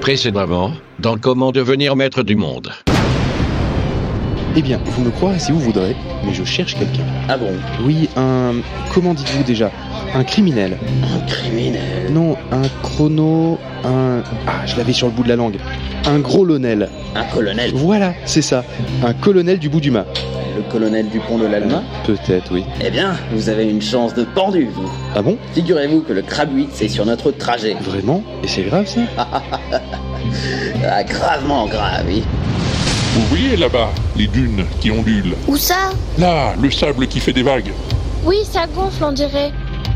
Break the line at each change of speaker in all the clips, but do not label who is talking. précédemment dans Comment devenir maître du monde.
Eh bien, vous me croirez si vous voudrez, mais je cherche quelqu'un.
Ah bon
Oui, un. Comment dites-vous déjà Un criminel.
Un criminel
Non, un chrono. Un. Ah, je l'avais sur le bout de la langue. Un gros lonel.
Un colonel
Voilà, c'est ça. Un colonel du bout du mât.
Le colonel Dupont de l'Alma
Peut-être, oui.
Eh bien, vous avez une chance de pendu, vous
Ah bon
Figurez-vous que le crabe 8, c'est sur notre trajet.
Vraiment Et c'est grave ça
Ah, gravement grave, oui.
Vous voyez là-bas les dunes qui ondulent
Où ça
Là, le sable qui fait des vagues.
Oui, ça gonfle, on dirait.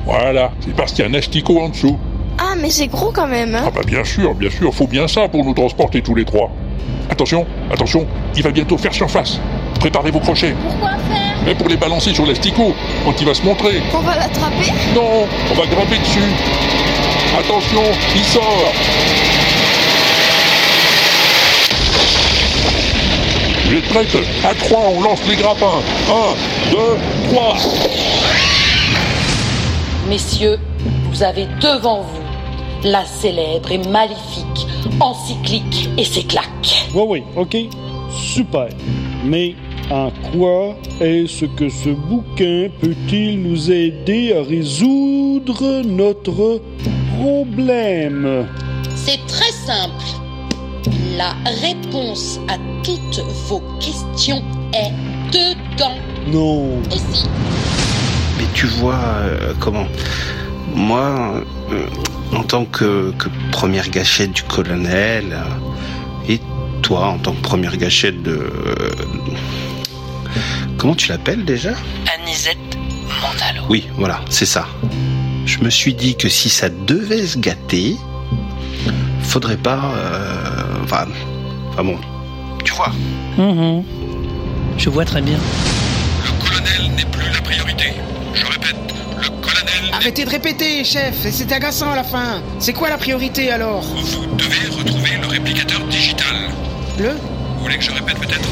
Voilà, c'est parce qu'il y a un asticot en dessous.
Ah, mais c'est gros quand même. hein.
Ah bah bien sûr, bien sûr, faut bien ça pour nous transporter tous les trois. Attention, attention, il va bientôt faire surface. Préparez vos crochets,
Pourquoi faire
mais pour les balancer sur l'asticot quand il va se montrer.
On va l'attraper
Non, on va grimper dessus. Attention, il sort. Vous êtes prête À trois, on lance les grappins. Un, deux, trois.
Messieurs, vous avez devant vous la célèbre et maléfique encyclique et ses claques.
Oui, oui, ok. Super. Mais en quoi est-ce que ce bouquin peut-il nous aider à résoudre notre problème?
C'est très simple. La réponse à toutes vos questions est dedans.
Non.
Et si
Mais tu vois, euh, comment Moi, euh, en tant que, que première gâchette du colonel, euh, et toi, en tant que première gâchette de... euh, comment tu l'appelles déjà
Anisette Mandalo.
Oui, voilà, c'est ça. Je me suis dit que si ça devait se gâter, faudrait pas... euh, Enfin, enfin bon, tu vois.
Mhm. Je vois très bien.
Le colonel n'est plus la priorité. Je répète, le colonel,
Arrêtez de répéter, chef, et c'est agaçant à la fin. C'est quoi la priorité alors
vous devez retrouver le réplicateur digital.
Le
Vous voulez que je répète peut-être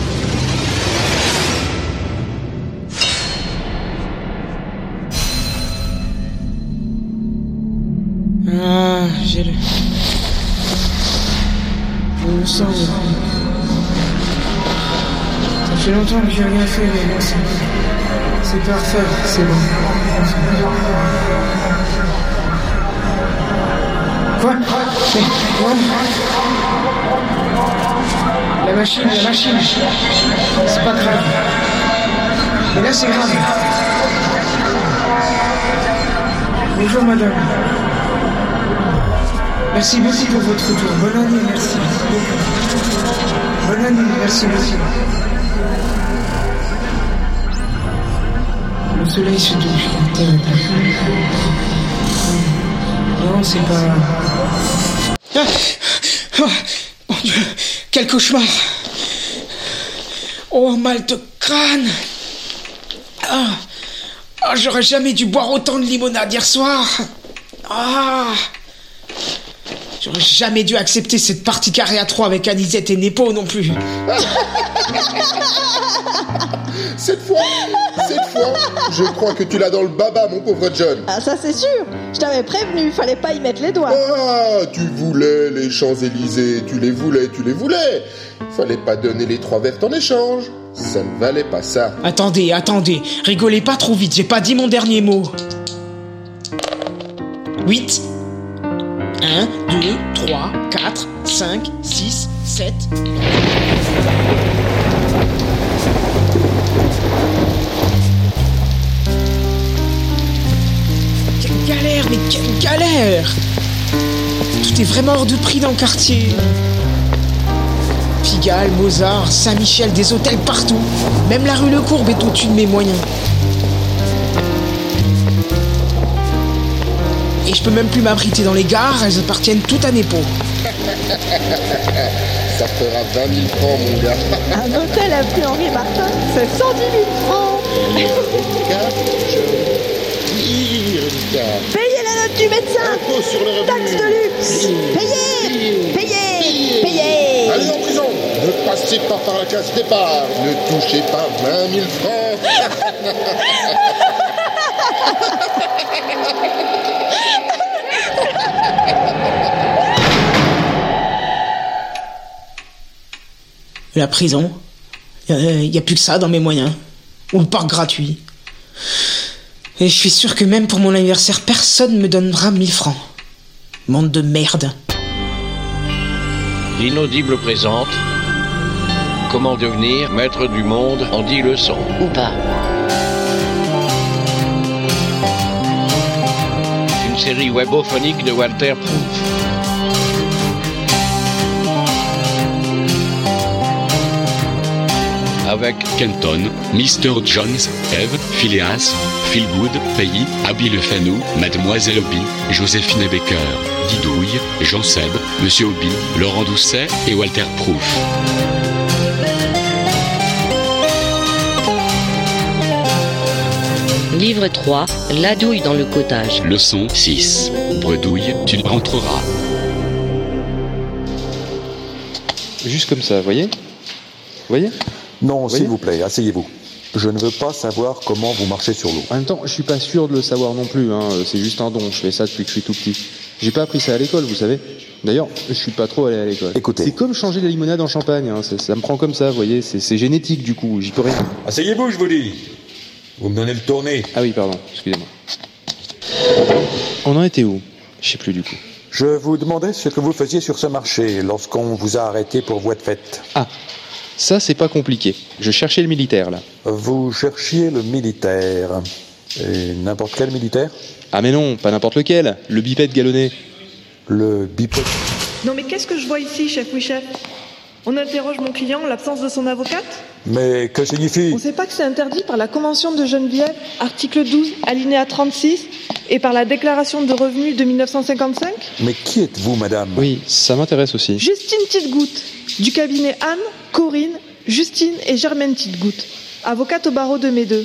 Ah, j'ai le. Il me semble. Ça fait longtemps que j'ai rien fait, mais bon, c'est. C'est parfait, c'est bon. Quoi Mais, non. La machine, la machine. C'est pas grave. Mais là, c'est grave. Bonjour, madame. Merci beaucoup pour votre retour. Bonne année, merci. Bonne année, merci, monsieur. Le soleil se douche. Putain, putain. Non, c'est pas. Ah, oh, mon Dieu, quel cauchemar. Oh, mal de crâne. Ah, ah, j'aurais jamais dû boire autant de limonade hier soir. Ah. J'aurais jamais dû accepter cette partie carrée à 3 avec Anisette et Nepo non plus.
Cette fois, cette fois, je crois que tu l'as dans le baba, mon pauvre John.
Ah ça c'est sûr, je t'avais prévenu, fallait pas y mettre les doigts.
Ah, tu voulais les Champs-Élysées, tu les voulais, tu les voulais. Fallait pas donner les trois vertes en échange. Ça ne valait pas ça.
Attendez, attendez, rigolez pas trop vite, j'ai pas dit mon dernier mot. 8 1, 2, 3, 4, 5, 6, 7. Quelle galère, mais quelle galère Tout est vraiment hors de prix dans le quartier. Pigalle, Mozart, Saint-Michel, des hôtels partout. Même la rue Le Courbe est au-dessus de mes moyens. Et je peux même plus m'abriter dans les gares, elles appartiennent toutes à Nepo.
Ça fera 20 000 francs, mon gars.
Un hôtel avenue Henri Martin, c'est 110 000 francs.
Regarde, John. Oui, regarde.
Payez la note du médecin,
Impôt sur le
taxe de
revenu.
luxe. Payez, payez,
Allez
payez.
en prison. Ne passez pas par la case départ. Ne touchez pas 20 000 francs.
la prison. Il n'y a plus que ça dans mes moyens. Ou le parc gratuit. Et je suis sûr que même pour mon anniversaire, personne ne me donnera 1000 francs. Monde de merde.
L'inaudible présente Comment devenir maître du monde en 10 leçons.
Ou pas.
Une série webophonique de Walter Proof.
Avec Kenton, Mr. Jones, Eve, Phileas, Philgood, Peggy, Abby Le Fanou, Mademoiselle Hobby, Joséphine Baker, Didouille, Jean Seb, Monsieur Hobby, Laurent Doucet et Walter Proof.
Livre 3, La douille dans le cottage.
Leçon 6. Bredouille, tu rentreras.
Juste comme ça, vous voyez Vous voyez
Non, s'il vous plaît, asseyez-vous. Je ne veux pas savoir comment vous marchez sur l'eau.
En même temps, je suis pas sûr de le savoir non plus, hein. c'est juste un don, je fais ça depuis que je suis tout petit. J'ai pas appris ça à l'école, vous savez. D'ailleurs, je suis pas trop allé à l'école.
Écoutez.
C'est comme changer de la limonade en champagne, hein. ça, ça me prend comme ça, vous voyez, c'est c'est génétique du coup, j'y peux rien.
Asseyez-vous, je vous dis. Vous me donnez le tourné.
Ah oui, pardon, excusez-moi. On en était où Je sais plus du coup.
Je vous demandais ce que vous faisiez sur ce marché lorsqu'on vous a arrêté pour voie de fait.
Ah, ça c'est pas compliqué. Je cherchais le militaire là.
Vous cherchiez le militaire. Et n'importe quel militaire
Ah mais non, pas n'importe lequel, le bipède galonné.
Le bipède
Non mais qu'est-ce que je vois ici, chef oui chef On interroge mon client en l'absence de son avocate
Mais que signifie
On sait pas que c'est interdit par la Convention de Geneviève, article 12, alinéa 36, et par la Déclaration de revenus de 1955
Mais qui êtes-vous, madame
Oui, ça m'intéresse aussi.
Justine Titgoutte, du cabinet Anne, Corinne, Justine et Germaine Titgoutte, avocate au barreau de Médeux.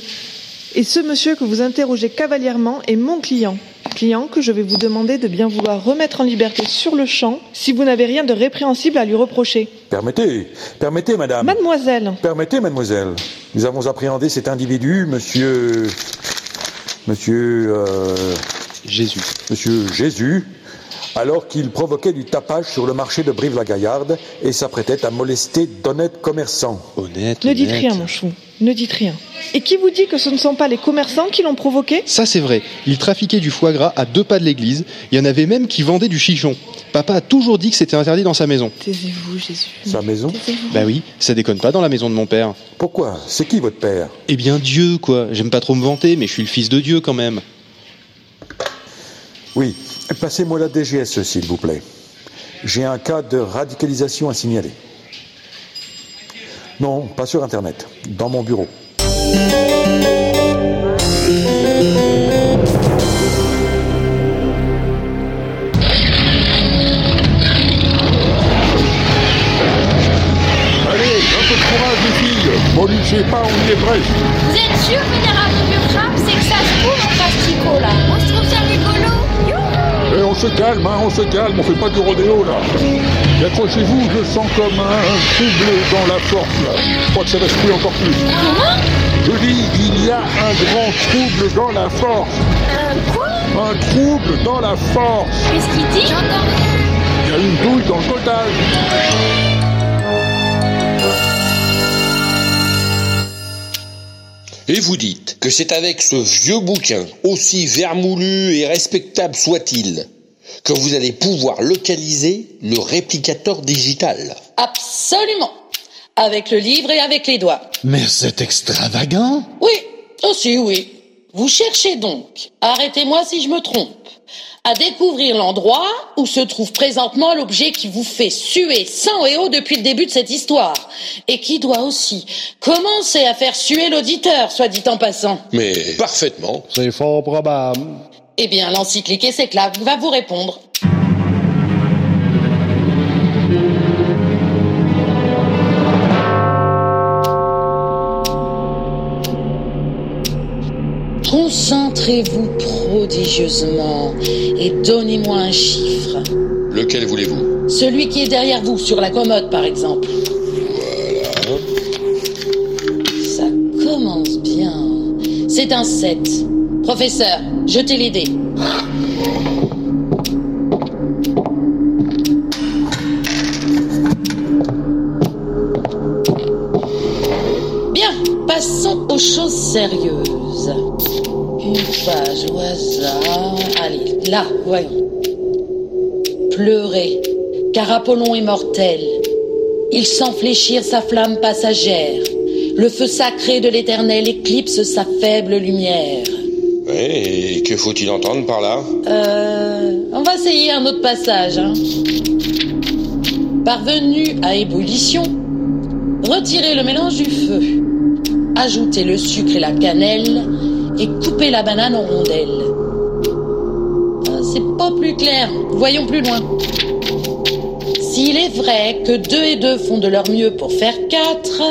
Et ce monsieur que vous interrogez cavalièrement est mon client. Client que je vais vous demander de bien vouloir remettre en liberté sur le champ si vous n'avez rien de répréhensible à lui reprocher.
Permettez, permettez, madame.
Mademoiselle,
Permettez, mademoiselle. Nous avons appréhendé cet individu, monsieur. Monsieur. euh,
Jésus.
Monsieur Jésus, alors qu'il provoquait du tapage sur le marché de Brive-la-Gaillarde et s'apprêtait à molester d'honnêtes commerçants.
Honnête.
ne dites rien mon chou, ne dites rien. Et qui vous dit que ce ne sont pas les commerçants qui l'ont provoqué
Ça c'est vrai, il trafiquait du foie gras à deux pas de l'église, il y en avait même qui vendaient du chichon. Papa a toujours dit que c'était interdit dans sa maison.
Taisez-vous Jésus.
Sa maison
Taisez-vous.
Bah oui, ça déconne pas dans la maison de mon père.
Pourquoi C'est qui votre père
Eh bien Dieu quoi, j'aime pas trop me vanter, mais je suis le fils de Dieu quand même.
Oui, passez-moi la DGSE, s'il vous plaît. J'ai un cas de radicalisation à signaler. Non, pas sur Internet, dans mon bureau.
Allez, un peu de courage, les filles. Bolichez pas, on y est presque.
Vous êtes sûr que les ragots du crabe, c'est que ça se trouve en plasticot là Moi je trouve ça rigolo.
Eh, on se calme, hein, on se calme, on fait pas du rodéo là. Et accrochez-vous, je sens comme un, un trouble dans la force là. Je crois que ça va secouer encore plus.
Comment
Je dis, il y a un grand trouble dans la force.
Un quoi
Un trouble dans la force.
Qu'est-ce qu'il dit J'entends rien.
Il y a une douille dans le cottage.
Et vous dites que c'est avec ce vieux bouquin, aussi vermoulu et respectable soit-il, que vous allez pouvoir localiser le réplicateur digital.
Absolument. Avec le livre et avec les doigts.
Mais c'est extravagant
Oui, aussi oui. Vous cherchez donc, arrêtez-moi si je me trompe, à découvrir l'endroit où se trouve présentement l'objet qui vous fait suer sang et eau depuis le début de cette histoire, et qui doit aussi commencer à faire suer l'auditeur, soit dit en passant.
Mais parfaitement.
C'est fort probable.
Eh bien, l'encyclique et ses claques va vous répondre. Concentrez-vous prodigieusement et donnez-moi un chiffre.
Lequel voulez-vous
Celui qui est derrière vous, sur la commode par exemple. Ça commence bien. C'est un 7. Professeur, jetez les dés. aux choses sérieuses. Une page au hasard. Allez, là, voyons. Pleurer, car Apollon est mortel. Il sent fléchir sa flamme passagère. Le feu sacré de l'éternel éclipse sa faible lumière.
Eh,
Ouais, et que faut-il entendre par là
Euh, on va essayer un autre passage. hein. Parvenu à ébullition, retirez le mélange du feu. Ajoutez le sucre et la cannelle et coupez la banane en rondelles. Euh, C'est pas plus clair. Voyons plus loin. S'il est vrai que deux et deux font de leur mieux pour faire quatre,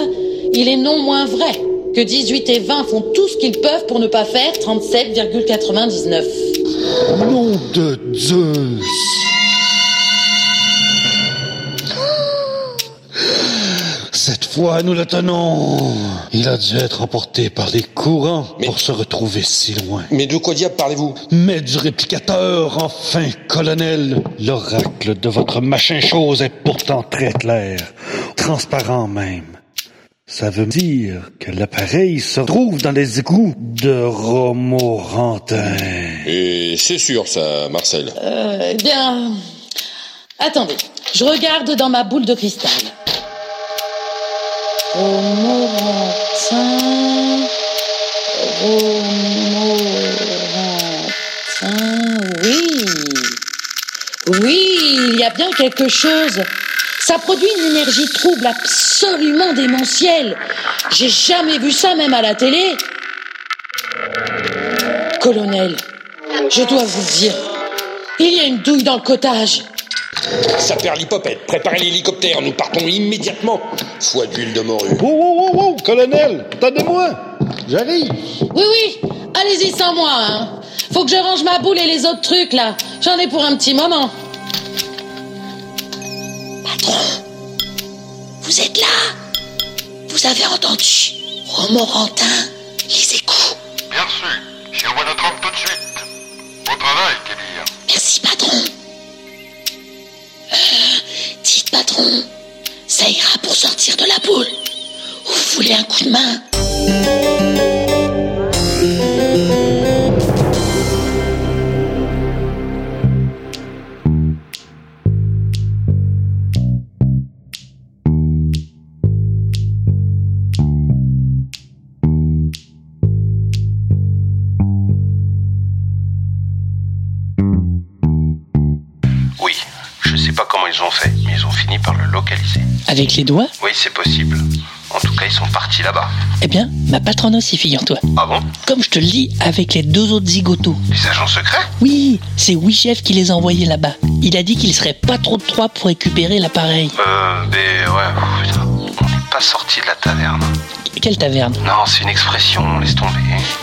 il est non moins vrai que 18 et 20 font tout ce qu'ils peuvent pour ne pas faire 37,99.
Nom de Zeus Cette fois, nous le tenons Il a dû être emporté par des courants pour se retrouver si loin.
Mais de quoi diable parlez-vous
Mais du réplicateur, enfin, colonel L'oracle de votre machin chose est pourtant très clair, transparent même. Ça veut dire que l'appareil se trouve dans les égouts de Romorantin.
Et Eh, c'est sûr ça, Marcel.
Euh, eh bien. Attendez, je regarde dans ma boule de cristal. Romorantin. Romorantin. Oui. Oui, il y a bien quelque chose. Ça produit une énergie trouble absolument démentielle. J'ai jamais vu ça même à la télé. Colonel, je dois vous le dire, il y a une douille dans le cottage.
Ça perd l'hypopète, préparez l'hélicoptère, nous partons immédiatement. Foi d'huile de morue.
Oh, oh, oh, oh, colonel, attendez-moi J'arrive
Oui, oui, allez-y sans moi. Hein. Faut que je range ma boule et les autres trucs là. J'en ai pour un petit moment. Patron, vous êtes là Vous avez entendu Romorantin, les échos.
Bien sûr, j'y envoie notre homme tout de suite. Bon travail, Kébir.
Merci, patron. Euh, dites, patron, ça ira pour sortir de la boule. Ou vous voulez un coup de main
Oui, je sais pas comment ils ont fait, mais ils ont fini par le localiser.
Avec les doigts
Oui, c'est possible. En tout cas, ils sont partis là-bas.
Eh bien, ma patronne aussi, figure-toi.
Ah bon
Comme je te le dis, avec les deux autres zigotos.
Les agents secrets
Oui, c'est Wichef qui les a envoyés là-bas. Il a dit qu'il serait pas trop de trois pour récupérer l'appareil.
Euh, mais ouais, pff, putain, on n'est pas sorti de la taverne.
Quelle taverne
Non, c'est une expression, laisse tomber.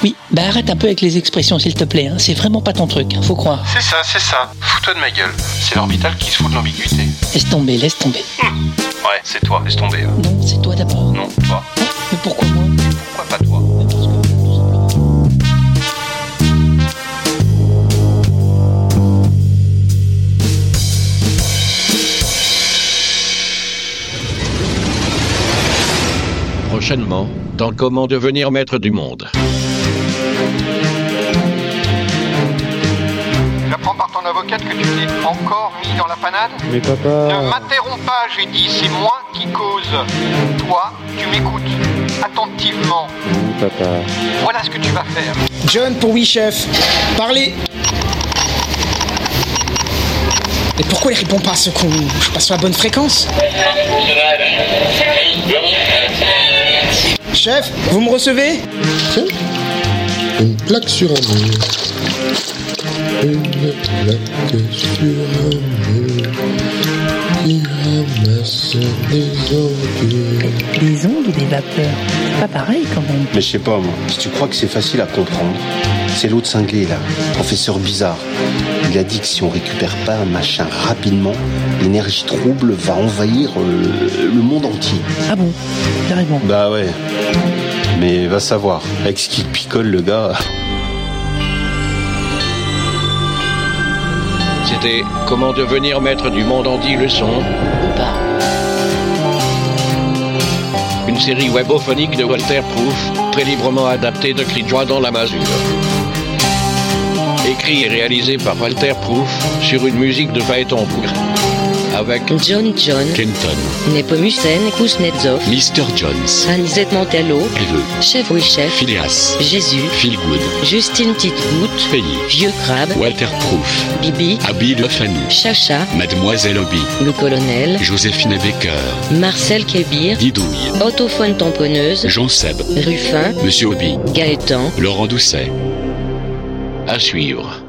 Oui, bah arrête un peu avec les expressions, s'il te plaît. hein. C'est vraiment pas ton truc, hein, faut croire.
C'est ça, c'est ça. Fous-toi de ma gueule. C'est l'orbital qui se fout de l'ambiguïté.
Laisse tomber, laisse tomber.
Ouais, c'est toi, laisse tomber. hein.
Non, c'est toi d'abord. Ah,
Non, toi.
Mais pourquoi moi
Pourquoi pas toi
Prochainement, dans Comment devenir maître du monde.
J'apprends par ton avocate que tu t'es encore mis dans la panade
Mais
Ne
papa,
m'interromps pas, j'ai dit, c'est moi qui cause. Toi, tu m'écoutes attentivement.
oui, papa.
Voilà ce que tu vas faire.
John pour oui, chef. Parlez Mais pourquoi il répond pas à ce con Je passe sur la bonne fréquence Chef, vous me recevez
Une plaque sur un mur. Une plaque sur un mur. Qui ramasse les ordures.
Les ondes ou les vapeurs Pas pareil quand même.
Mais je sais pas, moi. Si tu crois que c'est facile à comprendre, c'est l'autre cinglé, là. Professeur bizarre. Il a dit que si on récupère pas un machin rapidement, l'énergie trouble va envahir euh, le monde entier.
Ah bon Carrément.
Bah ouais. Mais va savoir. Avec ce qu'il picole, le gars.
C'était Comment devenir maître du monde en 10 leçons. une série webophonique de Walter Proof, très librement adaptée de Cri de joie dans la masure. Écrit et réalisé par Walter Proof sur une musique de Phaéton Pougre. Avec
John John,
Kenton,
Nepomucène Kuznetsov,
Mr. Jones,
Anisette Mantello,
Eveux,
Chef oui Chef,
Phileas,
Jésus,
Feelgood,
Justine Tite-Goutte,
Pays,
Vieux Crabe,
Walter Proof,
Bibi,
Abby Le Fanou,
Chacha,
Mademoiselle Obi,
Le Colonel,
Joséphine Baker,
Marcel Kébir,
Didouille,
Autophone Tamponneuse,
Jean Seb,
Ruffin,
Monsieur Obi,
Gaëtan,
Laurent Doucet.
À suivre.